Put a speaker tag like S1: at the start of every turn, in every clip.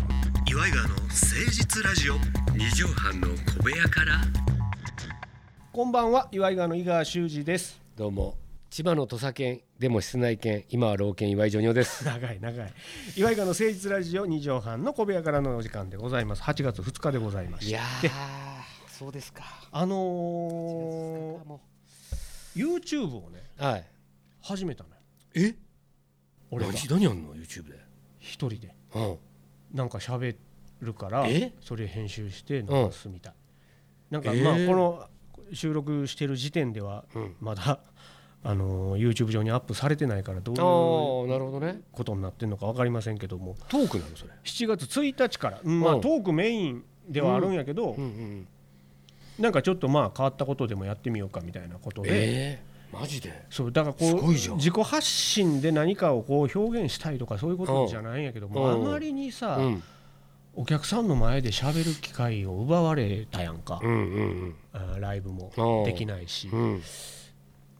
S1: イガーの誠実ラジオ
S2: 二畳半の小部屋から
S3: こんばんは岩井川の井川修司です
S2: どうも千葉の土佐犬でも室内犬今は老犬岩井ジョニオです
S3: 長い長い岩井川の誠実ラジオ二畳半の小部屋からのお時間でございます8月2日でございまして
S2: そうですか
S3: あの
S2: も
S3: ー、YouTube をね
S2: うはい
S3: 始めたのよ
S2: え
S3: 俺が
S2: 何何やんの YouTube で
S3: 一人で
S2: うん
S3: なんか喋るから
S2: え
S3: それ編集してなんかすみたい、なんか
S2: えー
S3: まあこの収録してる時点では
S2: うん
S3: まだ、あのー YouTube 上にアップされてないからどういう
S2: ああなるほどね
S3: ことになってるのか分かりませんけども
S2: トークなのそれ
S3: 7月1日から、まあ、
S2: うん
S3: トークメインではあるんやけど、
S2: うんうん
S3: なんかちょっとまあ変わったことでもやってみようかみたいなことで、
S2: えー、マジで
S3: そうだから
S2: す
S3: こう
S2: ごいじゃん
S3: 自己発信で何かをこう表現したいとかそういうことじゃないんやけども、
S2: うん
S3: あまりにさ、
S2: うん
S3: お客さんの前で喋る機会を奪われたやんか、
S2: うんうん
S3: あーライブも
S2: うん
S3: できないし、
S2: うんうん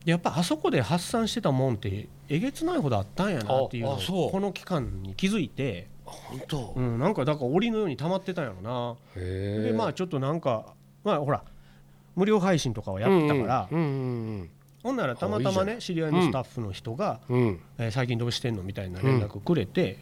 S3: やっぱあそこで発散してたもんってえげつないほどあったんやなっていうの
S2: ああそ
S3: を
S2: う
S3: この期間に気づいて、
S2: あ本当
S3: う、ん、なんかだから檻のように溜まってたんやろな。
S2: へえ
S3: でまあちょっとなんかまあほら無料配信とかをやってたから、
S2: うんうん
S3: ほんならたまたまね知り合いのスタッフの人が、
S2: うんうん
S3: えー最近どうしてんの?」みたいな連絡くれて、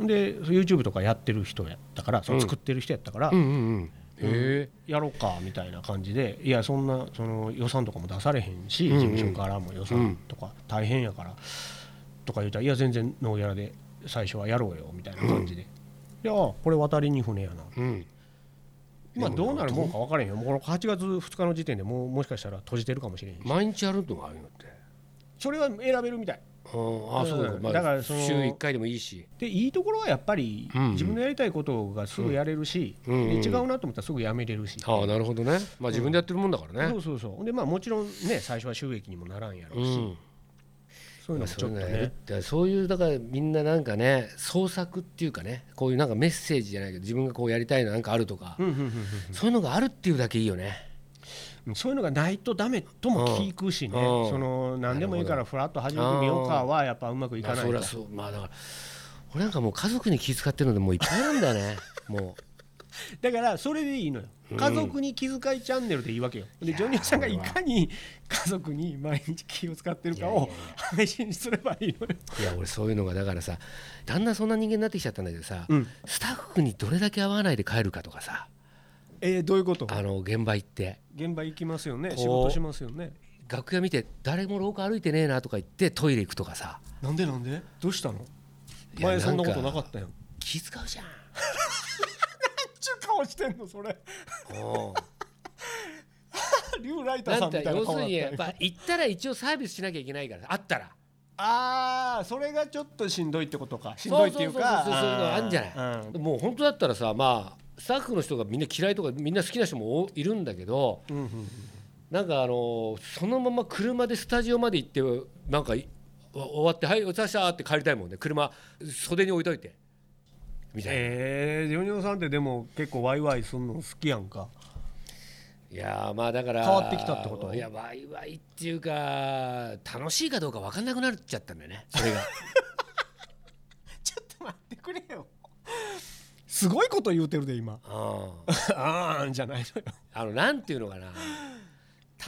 S3: で YouTube とかやってる人やったからその作ってる人やったから、
S2: うんうんうんうんへ
S3: やろうかみたいな感じでいやそんなその予算とかも出されへんし、事務所からも予算とか大変やから、とか言うたら「いや全然ノーギャラで最初はやろうよ」みたいな感じで。いやこれ渡りに船やな
S2: えうん
S3: まあどうなるもんか分からへんよもうこの8月2日の時点でもうもしかしたら閉じてるかもしれへんし
S2: 毎日やるのああいうのって
S3: それは選べるみたい
S2: あああそうなの
S3: うん
S2: まあ
S3: だからその
S2: 週一回でもいいし
S3: でいいところはやっぱり
S2: うん
S3: 自分のやりたいことがすぐやれるし、
S2: うんうんうん
S3: で違うなと思ったらすぐやめれるし、
S2: ああなるほどねまあ自分でやってるもんだから
S3: そ
S2: ね
S3: うそうそうでまあもちろんね最初は収益にもならんやろ
S2: う
S3: うし、
S2: ん
S3: そういうのもち
S2: そ
S3: ょ
S2: う
S3: っ
S2: いう
S3: と
S2: のやるっ
S3: ね
S2: てそういうだからみんななんかね創作っていうかねこういうなんかメッセージじゃないけど自分がこうやりたいのなんかあるとか
S3: うんうんうん
S2: そういうのがあるっていうだけいいよね
S3: うんそういうのがないとダメとも聞くしね、
S2: うん
S3: その何でもいいからフラッと始めてみようかはやっぱうまくい
S2: ま
S3: か
S2: あ
S3: ない
S2: そりゃ
S3: と
S2: そうまあだから俺なんかもう家族に気遣ってるのでもういっぱいなんだ よねも
S3: だからそれでいいのよ家族に気遣いチャンネルでいいわけよ、でジョニオさんがいかに家族に毎日気を使ってるか
S2: いやい
S3: を
S2: やい
S3: 配信すればいいのよ
S2: ういや俺そういうのがだからさだんだんそんな人間になってきちゃったんだけどさ、
S3: うん
S2: スタッフにどれだけ会わないで帰るかとかさ
S3: えーどういうこと
S2: あの現場行って
S3: 現場行きますよね
S2: こう
S3: 仕事しますよね
S2: 楽屋見て誰も廊下歩いてねえなとか言ってトイレ行くとかさ
S3: なんでなんでどうしたの
S2: いや
S3: 前そんなこと
S2: な
S3: なん
S2: か
S3: かったよん
S2: 気遣うじゃん。
S3: ちゅう顔してんのそれ
S2: おう
S3: リュウライター
S2: な
S3: さん
S2: ん
S3: み
S2: か
S3: たいな顔
S2: 要
S3: だった
S2: するに
S3: よ
S2: やっぱ行ったら一応サービスしなきゃいけないからあったら
S3: ああそれがちょっとしんどいってことかしんどいっていうか
S2: そうそうそうそうそういうのあるんじゃない、もう本当だったらさまあスタッフの人がみんな嫌いとかみんな好きな人もいるんだけど
S3: うんうんうん
S2: なんかあのそのまま車でスタジオまで行ってなんかいわ終わって「はいお疲れっした」って帰りたいもんね車袖に置いといてみたいな、
S3: えージョニオさんってでも結構ワイワイすんの好きやんか
S2: いやーまあだから
S3: 変わってきたってこと
S2: いやワイワイっていうか楽しいかどうか分かんなくなっちゃったんだよねそ れが
S3: ちょっと待ってくれよすごいこと言うてるで今
S2: うん
S3: あーんじゃないのよ
S2: あのなんていうのかな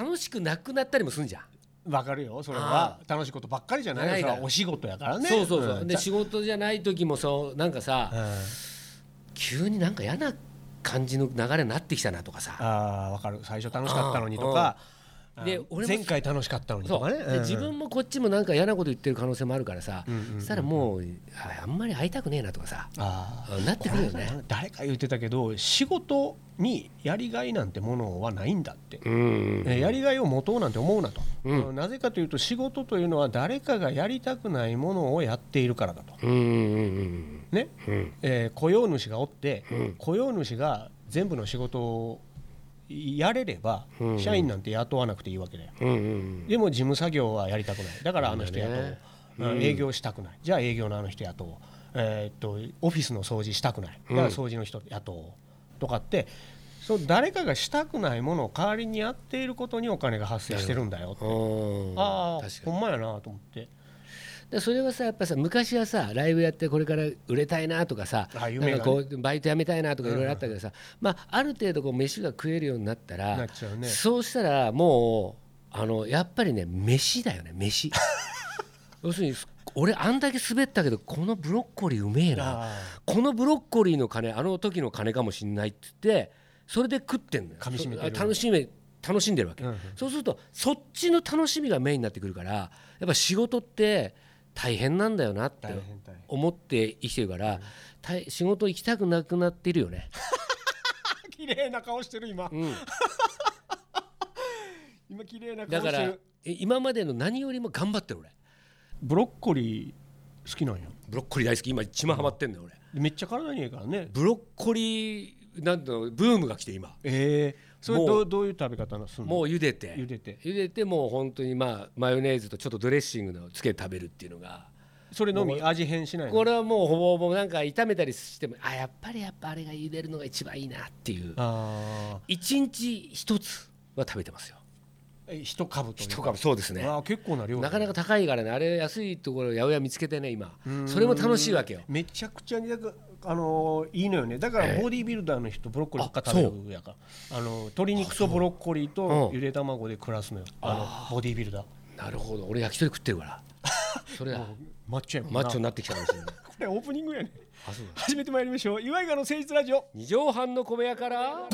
S2: 楽しくなくなったりもすんじゃん、
S3: わかるよそれ
S2: あ
S3: は楽しいことばっかりじゃないよ
S2: ない
S3: そ
S2: か
S3: れ
S2: ら
S3: はお仕事やからね
S2: そうそうそう、
S3: ん
S2: で仕事じゃない時もそうなんかさ
S3: うん
S2: 急になんか嫌な感じの流れになってきたなとかさ
S3: あーわかる最初楽しかったのにとか、
S2: うんで
S3: あー
S2: 俺も
S3: 前回楽しかったのにと
S2: そ
S3: か
S2: う
S3: ね
S2: で自分もこっちもなんか嫌なこと言ってる可能性もあるからさ、
S3: うんうんうん
S2: そしたらもうああんまり会いたくねえなとかさ
S3: あー
S2: なってくるよね。
S3: 誰か言ってたけど仕事にやりがいなんてものはないんだって、
S2: うん
S3: えやりがいを持とうなんて思うなと、
S2: う
S3: なぜかというと仕事というのは誰かがやりたくないものをやっているからだと、
S2: うんうん
S3: ね
S2: うん
S3: えー雇用主がおって、
S2: うん
S3: 雇用主が全部の仕事をやれれば、
S2: うん
S3: 社員なんて雇わなくていいわけだよ
S2: うんうん
S3: でも事務作業はやりたくないだからあの人
S2: そう
S3: 雇
S2: だ
S3: お
S2: ね
S3: う、うん営業したくないじゃあ営業のあの人雇おう、えーっとオフィスの掃除したくないだから掃除の人雇おうとかってそう誰かがしたくないものを代わりにやっていることにお金が発生してるんだよ
S2: うん
S3: ああ
S2: 確か
S3: ほ
S2: に
S3: んまやなと思って
S2: でそれはさやっぱさ昔はさライブやってこれから売れたいなとかさ
S3: あ
S2: な
S3: 夢
S2: ん
S3: がね
S2: かこうバイト辞めたいなとかいろいろあったけどさ、まあ、ある程度こう飯が食えるようになったら
S3: なっちゃうね
S2: そうしたらもうあのやっぱりね飯だよね飯 要するに俺あんだけ滑ったけどこのブロッコリーうめえな
S3: あ
S2: このブロッコリーの金あの時の金かもしんないっつってそれで食ってんのよ
S3: 噛み締めてる
S2: そ楽しめ楽しんでるわけ、
S3: うんうん
S2: そうするとそっちの楽しみがメインになってくるからやっぱ仕事って大変なんだよなって
S3: 大変大変
S2: 思って生きてるから、大仕事行きたくなくなっているよね、
S3: 綺麗な顔してる今
S2: うん、
S3: 今綺麗な
S2: だ
S3: 顔
S2: か
S3: して
S2: ら
S3: る
S2: え今までの何よりも頑張ってる俺
S3: ブロッコリー好きなんや
S2: ブロッコリー大好き今一番ハマってんのよ俺
S3: めっちゃ体にいいからね
S2: ブロッコリーなんだろうブームが来て今
S3: ええそれ
S2: もう
S3: どうどういう食べ方なすんの
S2: もう茹でて
S3: 茹でて
S2: 茹でてもう本当にまあマヨネーズとちょっとドレッシングのつけて食べるっていうのが
S3: それのみ味変しないの
S2: これはもうほぼほぼなんか炒めたりしてもあやっぱりやっぱあれが茹でるのが一番いいなっていう
S3: あ
S2: 一日一つは食べてますよ
S3: あ一株という
S2: 一株そうですね
S3: ああ結構な量だ
S2: なかなか高いからねあれ安いところ八百屋見つけてね今それも楽しいわけよ
S3: めちゃくちゃにだからあのーいいのよねだからボディービルダーの人ブロッコリーばっか食べるやからあのー鶏肉とブロッコリーと
S2: うん
S3: ゆで卵で暮らすのよあのボディービルダー
S2: なるほど俺焼き鳥食ってるから それだ
S3: マッチョやもん
S2: マ
S3: な
S2: ッチョになってきたかもしれない
S3: これオープニングやね
S2: あそうだ
S3: 始めてまいりましょう岩井川の誠実ラジオ
S2: 二畳半の小部屋から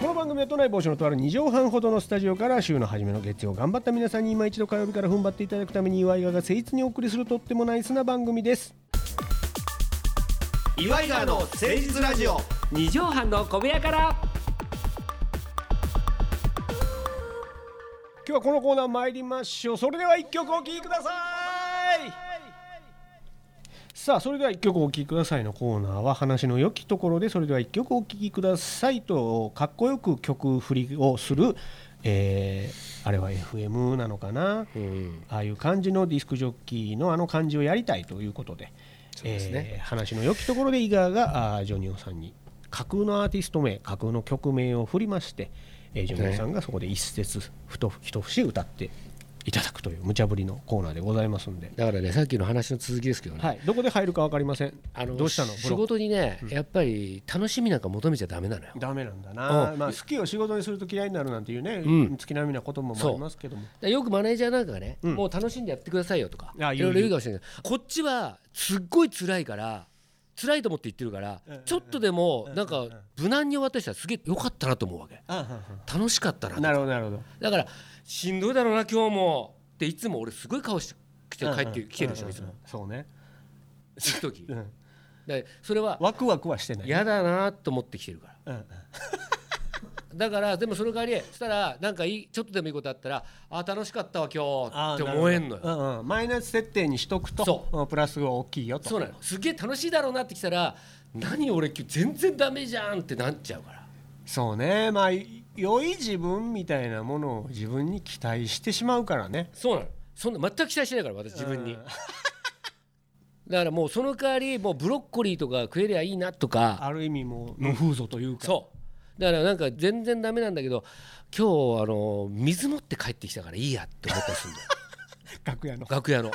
S3: この番組は都内某所のとある2畳半ほどのスタジオから週の初めの月曜頑張った皆さんに今一度火曜日から踏ん張っていただくために岩井川が誠実にお送りするとってもナイスな番組です
S1: 岩井川の誠実ラジオ
S2: 二畳半の小部屋から
S3: 今日はこのコーナー参りましょうそれでは一曲お聴きくださいさあそれでは一曲お聴きくださいのコーナーは話の良きところでそれでは一曲お聴きくださいとかっこよく曲振りをする、えーあれは FM なのかな、
S2: うん
S3: ああいう感じのディスクジョッキーのあの感じをやりたいということで
S2: そうですね
S3: えー話の良きところで井川があージョニオさんに架空のアーティスト名架空の曲名を振りまして、えージョニオさんがそこで一節ふと一節歌っていただくという無茶ぶりのコーナーでございますんで、
S2: だからねさっきの話の続きですけどね、
S3: はい、どこで入るか分かりません
S2: あの
S3: どうしたの
S2: 仕事にね、やっぱり楽しみなんか求めちゃダメなのよだか
S3: ダメなんだな、
S2: うん
S3: まあ、好きを仕事にすると嫌いになるなんていうね、
S2: うん
S3: 月並みなこともありますけども
S2: らよくマネージャーなんかがね、
S3: うん
S2: もう楽しんでやってくださいよとかい
S3: あ
S2: ろ
S3: 言う
S2: いろ言うかもしれないけどこっちはすっごい辛いから辛いと思って言ってるから、
S3: うんうんうん
S2: ちょっとでもなん
S3: う
S2: か
S3: んうんうん
S2: 無難に終わった人はすげえ良かったなと思うわけ楽しかったなと
S3: なるほどなるほど
S2: だからしんどいだろうな今日もっていつも俺すごい顔してきて帰ってきてるでし
S3: う
S2: ょ
S3: ん
S2: いつも
S3: そうね、
S2: 行く時
S3: うん、
S2: でそれは
S3: ワクワクはしてない
S2: 嫌だなと思ってきてるから
S3: うんうん
S2: だからでもその代わりそしたらなんかいいちょっとでもいいことあったらあ楽しかったわ今
S3: あー
S2: 日って思えんの
S3: なる
S2: よ
S3: ほどうんうん、マイナス設定にしとくと
S2: そ
S3: うんプラスが大きいよと
S2: そうなのすげえ楽しいだろうなってきたら何俺今日全然ダメじゃんってなっちゃうから
S3: そうねまあい良い自分みたいなものを自分に期待してしまうからね
S2: そうなのそんな全く期待してないから私自分に
S3: うん
S2: だからもうその代わりもうブロッコリーとか食えりゃいいなとか
S3: ある意味もう無風俗というか、
S2: そうだからなんか全然ダメなんだけど今日あの水持って帰ってきたからいいやって思ったりするんだよ
S3: 楽屋の
S2: 楽屋の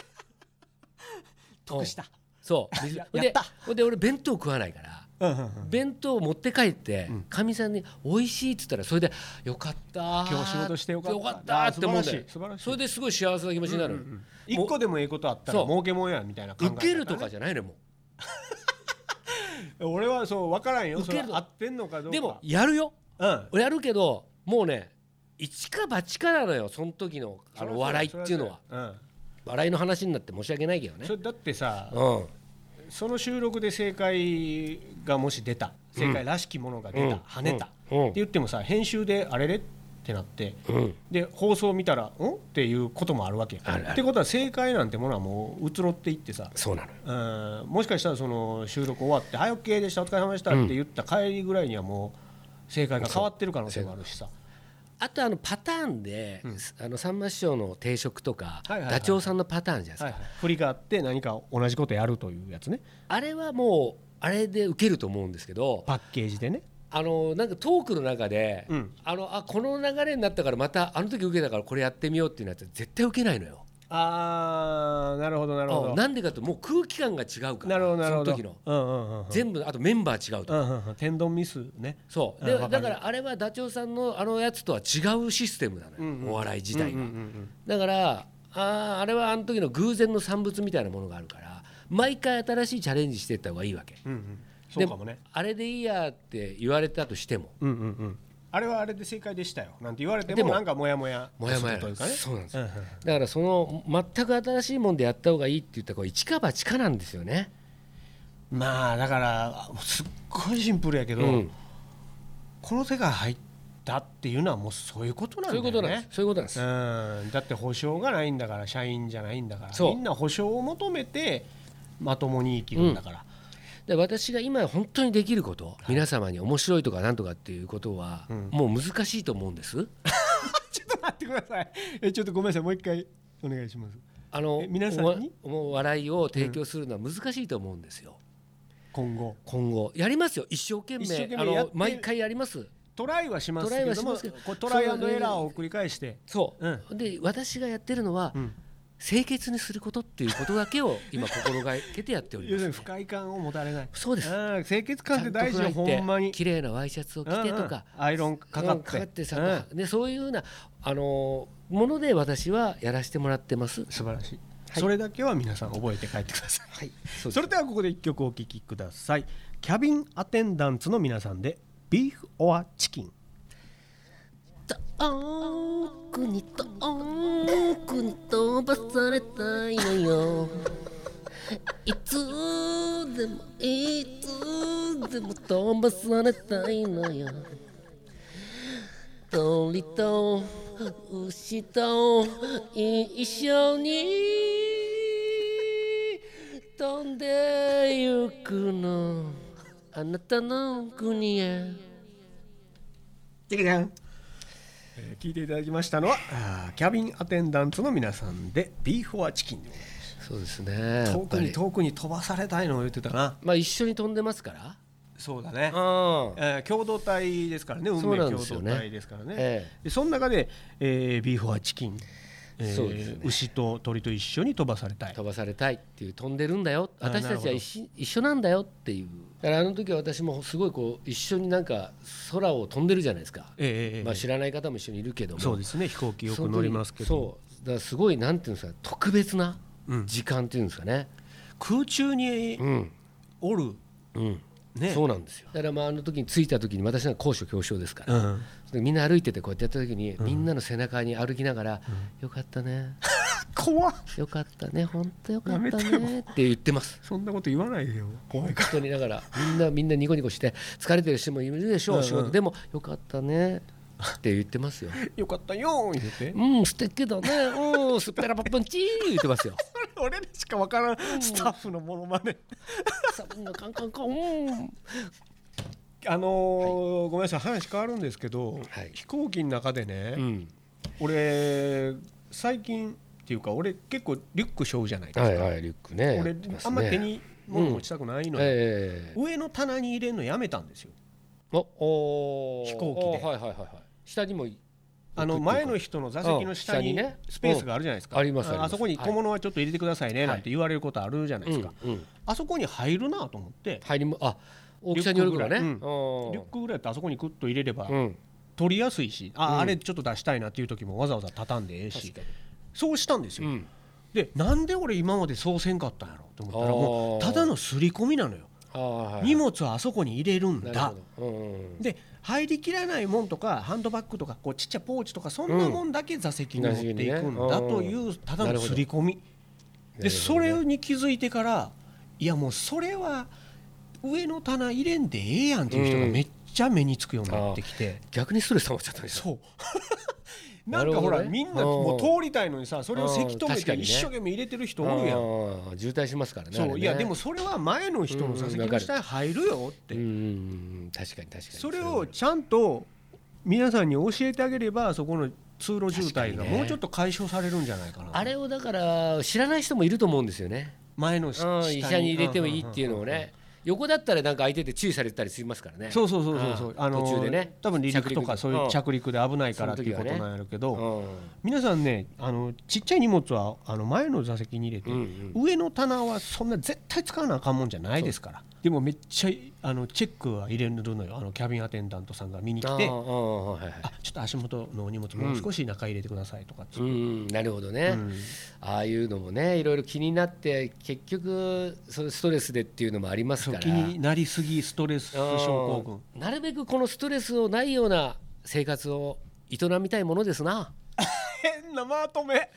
S3: 得した、
S2: そう水
S3: や
S2: ほん
S3: や
S2: で
S3: った
S2: ほんで俺弁当食わないから
S3: うんうんうん
S2: 弁当を持って帰ってかみ、さんに「美味しい」っつったらそれで「よかったー
S3: 今日仕事してよかった
S2: よかった」って思うんだよ
S3: あー素晴らしい素晴らしい
S2: それですごい幸せな気持ちになる、
S3: 一個でもええことあったら
S2: そう
S3: 儲けもんやみたいな考え方ね
S2: 受けるとかじゃないのよも
S3: 俺はそう分からんよ
S2: 受
S3: そ
S2: け
S3: れ
S2: る
S3: 合ってんのかどう
S2: う
S3: か
S2: でもやるよ
S3: うん
S2: やるけどもうね一か八かなのよその時のあの笑いっていうのは、
S3: うん、
S2: 笑いの話になって申し訳ないけどね
S3: それだってさ
S2: うん
S3: その収録で正解がもし出た正解らしきものが出た、
S2: うん
S3: 跳ねた、
S2: うん
S3: って言ってもさ編集であれれってなって
S2: うん
S3: で放送見たらんっていうこともあるわけ
S2: あるある
S3: ってことは正解なんてものはもう移ろっていってさ
S2: そうなのよ
S3: うんもしかしたらその収録終わって「はい OK でしたお疲れ様でした」って言った帰りぐらいにはもう正解が変わってる可能性もあるしさ
S2: ああとあのパターンで、
S3: うん
S2: あのさんま師匠の定食とか、
S3: はいはいはい
S2: ダチョウさんのパターンじゃないですか、
S3: はいはい、振りがあって何か同じことやるというやつね
S2: あれはもうあれで受けると思うんですけど
S3: パッケージでね
S2: あのなんかトークの中で、
S3: うん
S2: あのあこの流れになったからまたあの時受けたからこれやってみようっていうのやつは絶対受けないのよ。
S3: あーなるほどなるほ
S2: う
S3: ど
S2: んなんでかともう空気感が違うか
S3: な
S2: ら
S3: るほどなるほど
S2: その時の
S3: うんうんうんうん
S2: 全部あとメンバー違うと
S3: う。んうんうん天丼ミスね
S2: そう
S3: うん
S2: で
S3: わかる
S2: だからあれはダチョウさんのあのやつとは違うシステムなのよ、
S3: うんうん
S2: お笑い自
S3: う
S2: 体が、
S3: んうんうん
S2: だからあーあれはあの時の偶然の産物みたいなものがあるから毎回新しいチャレンジしていった方がいいわけ
S3: うんうんそうかもね
S2: であれでいいやって言われたとしても
S3: うんうんうんあれはあれで正解でしたよなんて言われて
S2: で
S3: も
S2: も
S3: なんかモヤモヤ
S2: もやもや
S3: するというかね
S2: そうなんです
S3: う
S2: よ
S3: んうんうん
S2: だからその全く新しいもんでやった方がいいって言ったらこれ一か八かなんですよね、
S3: まあだからすっごいシンプルやけど、
S2: うん
S3: この手が入ったっていうのはもうそういうことなん
S2: そう
S3: だ
S2: いう
S3: よ
S2: ことなん
S3: ね。
S2: ですそういうことなんです、
S3: うん、だって保証がないんだから社員じゃないんだから
S2: そう
S3: みんな保証を求めてまともに生きるんだから、
S2: で私が今本当にできること、皆様に面白いとかなんとかっていうことは、
S3: うん
S2: もう難しいと思うんです
S3: ちょっと待ってくださいえちょっとごめんなさいもう一回お願いします
S2: あの
S3: え皆さんに
S2: おもう笑いを提供するのは難しいと思うんですよ、
S3: 今後
S2: 今後やりますよ一生懸命
S3: 一生懸命
S2: あ
S3: やっ
S2: の
S3: て
S2: 毎回やります
S3: トライはしますけ
S2: トライは
S3: ど
S2: し
S3: も
S2: ますけど
S3: こうトライアンドエラーを繰り返して、
S2: そう、
S3: う
S2: で私がやってるのは、
S3: うん
S2: 清潔にすることっていうことだけ を今心がけてやっており
S3: 要
S2: ますす、
S3: るに不快感を持たれない
S2: そうです
S3: うん清潔
S2: ちゃ
S3: 感って
S2: んと
S3: 大事
S2: 砕
S3: よ
S2: い
S3: ほんま
S2: て
S3: に
S2: 綺麗なワイシャツを着て
S3: うんう
S2: とか、
S3: んアイロンかかって,、
S2: うんかかってさ、
S3: うん
S2: でそういうようなあのもので私はやらせてもらってます
S3: 素晴らしい、
S2: はい
S3: それだけは皆さん覚えて帰ってください
S2: はいそうです
S3: それではここで一曲お聴きくださいキャビンアテンダンツの皆さんでビーフオアチキン
S4: 遠くに遠くに飛ばされたいのよ いつでもいつでも飛ばされたいのよ鳥と牛と一緒に飛んでゆくのあなたの国へ
S3: チキン聴、えー、聞いていただきましたのはあーキャビンアテンダンツの皆さんでビーフオアチキンでございます
S2: そうですね
S3: 遠くに
S2: やっぱり
S3: 遠くに飛ばされたいのを言ってたな
S2: まあ一緒に飛んでますから
S3: そうだね
S2: あ
S3: えー共同体ですからね運
S2: そう
S3: 命
S2: なん
S3: 共
S2: です
S3: 同
S2: よね
S3: 体ですからね
S2: え
S3: でその中で、えービーフはチキン、えー
S2: そうですね
S3: 牛と鳥と一緒に飛ばされたい
S2: 飛ばされたいっていう飛んでるんだよ
S3: あ
S2: 私たちは一緒一緒なんだよっていうだからあの時は私もすごいこう一緒になんか空を飛んでるじゃないですか、
S3: えーえーえー
S2: まあ、知らない方も一緒にいるけども
S3: そうですね飛行機よく乗りますけど
S2: その時そうだからすごいなんていうんですか特別な
S3: うん
S2: 時間っていうんですかね
S3: 空中に
S2: うん、
S3: おる
S2: うん
S3: ね
S2: そうなんですよだからまああの時に着いた時に私なんか高所恐怖症ですから、
S3: うん、
S2: でみんな歩いててこうやってやった時に、みんなの背中に歩きながら「よかったね
S3: 怖っ
S2: よかったね本当よかっ
S3: や
S2: た
S3: めてよ
S2: ね」って言ってます
S3: そんなこと言わないでよ 怖いか
S2: 本当にだからみんなみんなニコニコして疲れてる人もいるでしょう、
S3: うんうん
S2: 仕事でもよかったねって言ってますよ。
S3: らよかったよー言って
S2: うん素敵だねうんすっぺらぱっぷんちー言ってますよ。
S3: 俺らしかわからんスタッフのものまね
S2: サブンがカンカンカンうん
S3: あのーごめんなさい話変わるんですけど、
S2: はい
S3: 飛行機の中でね、
S2: うん
S3: 俺最近っていうか俺結構リュック背負うじゃないですか、
S2: はいはいリュックね。や
S3: 俺
S2: ってす
S3: あん
S2: ね
S3: ま手に物持ちたくないのに、
S2: ええ
S3: 上の棚に入れるのやめたんですよ
S2: おおー
S3: 飛行機で
S2: あはいはいはいはい下にもい
S3: あの
S2: 置くって
S3: 前
S2: いうか
S3: の人の座席の下
S2: うん
S3: に
S2: 下にね
S3: スペースがあるじゃないですか、
S2: うんありますあり
S3: あ
S2: ます
S3: あそこに小物はちょっと入れてくださいね
S2: はい
S3: なんて言われることあるじゃないですか、
S2: うんうん
S3: あそこに入るなと思って
S2: 入りもあ大きさによるからね。
S3: リュックぐ
S2: うん
S3: リュックぐらいだったらあそこにグッと入れれば
S2: うん
S3: 取りやすいしあ
S2: うん
S3: あれちょっと出したいなっていう時もわざわざ畳んでええし
S2: 確かに
S3: そうしたんですよ、
S2: うん
S3: でなんで俺今までそうせんかったんやろと思ったら
S2: あー
S3: もうただの刷り込みなのよ
S2: あーはい
S3: 荷物はあそこに入れるん
S2: な
S3: だ
S2: るほどうんうん
S3: で入りきらないもんとかハンドバッグとかこうちっちゃいポーチとかそんなもんだけ座席に持っていくんだというただの刷り込みでそれに気づいてからいやもうそれは上の棚入れんでええやんっていう人がめっちゃ目につくようになってきて
S2: 逆にストレス溜まっちゃったんですよ。
S3: そうなんかほら
S2: なるほどね
S3: みんなもう通りたいのにさそれをせき止
S2: うん
S3: め
S2: 確か
S3: て
S2: にね
S3: 一生懸命入れてる人おるやん。
S2: あー渋滞しますからね。あれ
S3: そう
S2: ね
S3: いやでもそれは前の人の座席の下に入るよっ
S2: うんう
S3: て
S2: んうん確かに確かに
S3: それをちゃんと皆さんに教えてあげればそこの通路渋滞が
S2: 確かにね
S3: もうちょっと解消されるんじゃないかな
S2: あれをだから知らない人もいると思うんですよね、
S3: 前の
S2: うん、医者に入れてもいいっていうのをね横だったらなんか相手で注意されてたりしますからね
S3: そうそうそうそうそう、
S2: ん
S3: あの
S2: 途中でね
S3: 多分離陸とかそういう
S2: 着
S3: 着陸で危ないからっ
S2: そ
S3: て
S2: の
S3: い
S2: 時
S3: う
S2: は
S3: こと
S2: ね
S3: なんやろうけど、
S2: 陸うん
S3: 皆さんねあのちっちゃい荷物はあの前の座席に入れて、
S2: うん
S3: 上の棚はそんな絶対使わなあかんもんじゃないですからでもめっちゃいあのチェックは入れるのよあのキャビンアテンダントさんが見に来て
S2: あ
S3: あ
S2: ーあーはいはい
S3: ちょっと足元のお荷物もう少し中入れてくださいとかっつって
S2: うんうんなるほどね、
S3: うん
S2: ああいうのもねいろいろ気になって結局そのストレスでっていうのもあります
S3: そ
S2: か
S3: う
S2: ら
S3: 気になりすぎストレス症候群
S2: うんなるべくこのストレスをないような生活を営みたいものですな
S3: 変なまとめ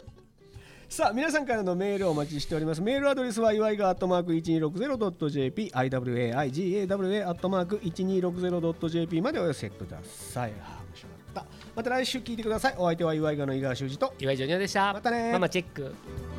S3: さあ皆さんからのメールをお待ちしておりますメールアドレスは祝いがアットマーク 1260.jp iwaigawa アットマーク 1260.jp までお寄せくださいあー面白かったまた来週聞いてくださいお相手は祝いがの井川修司と
S2: 岩井ジョニオでした
S3: またね
S2: ママチェック
S3: 「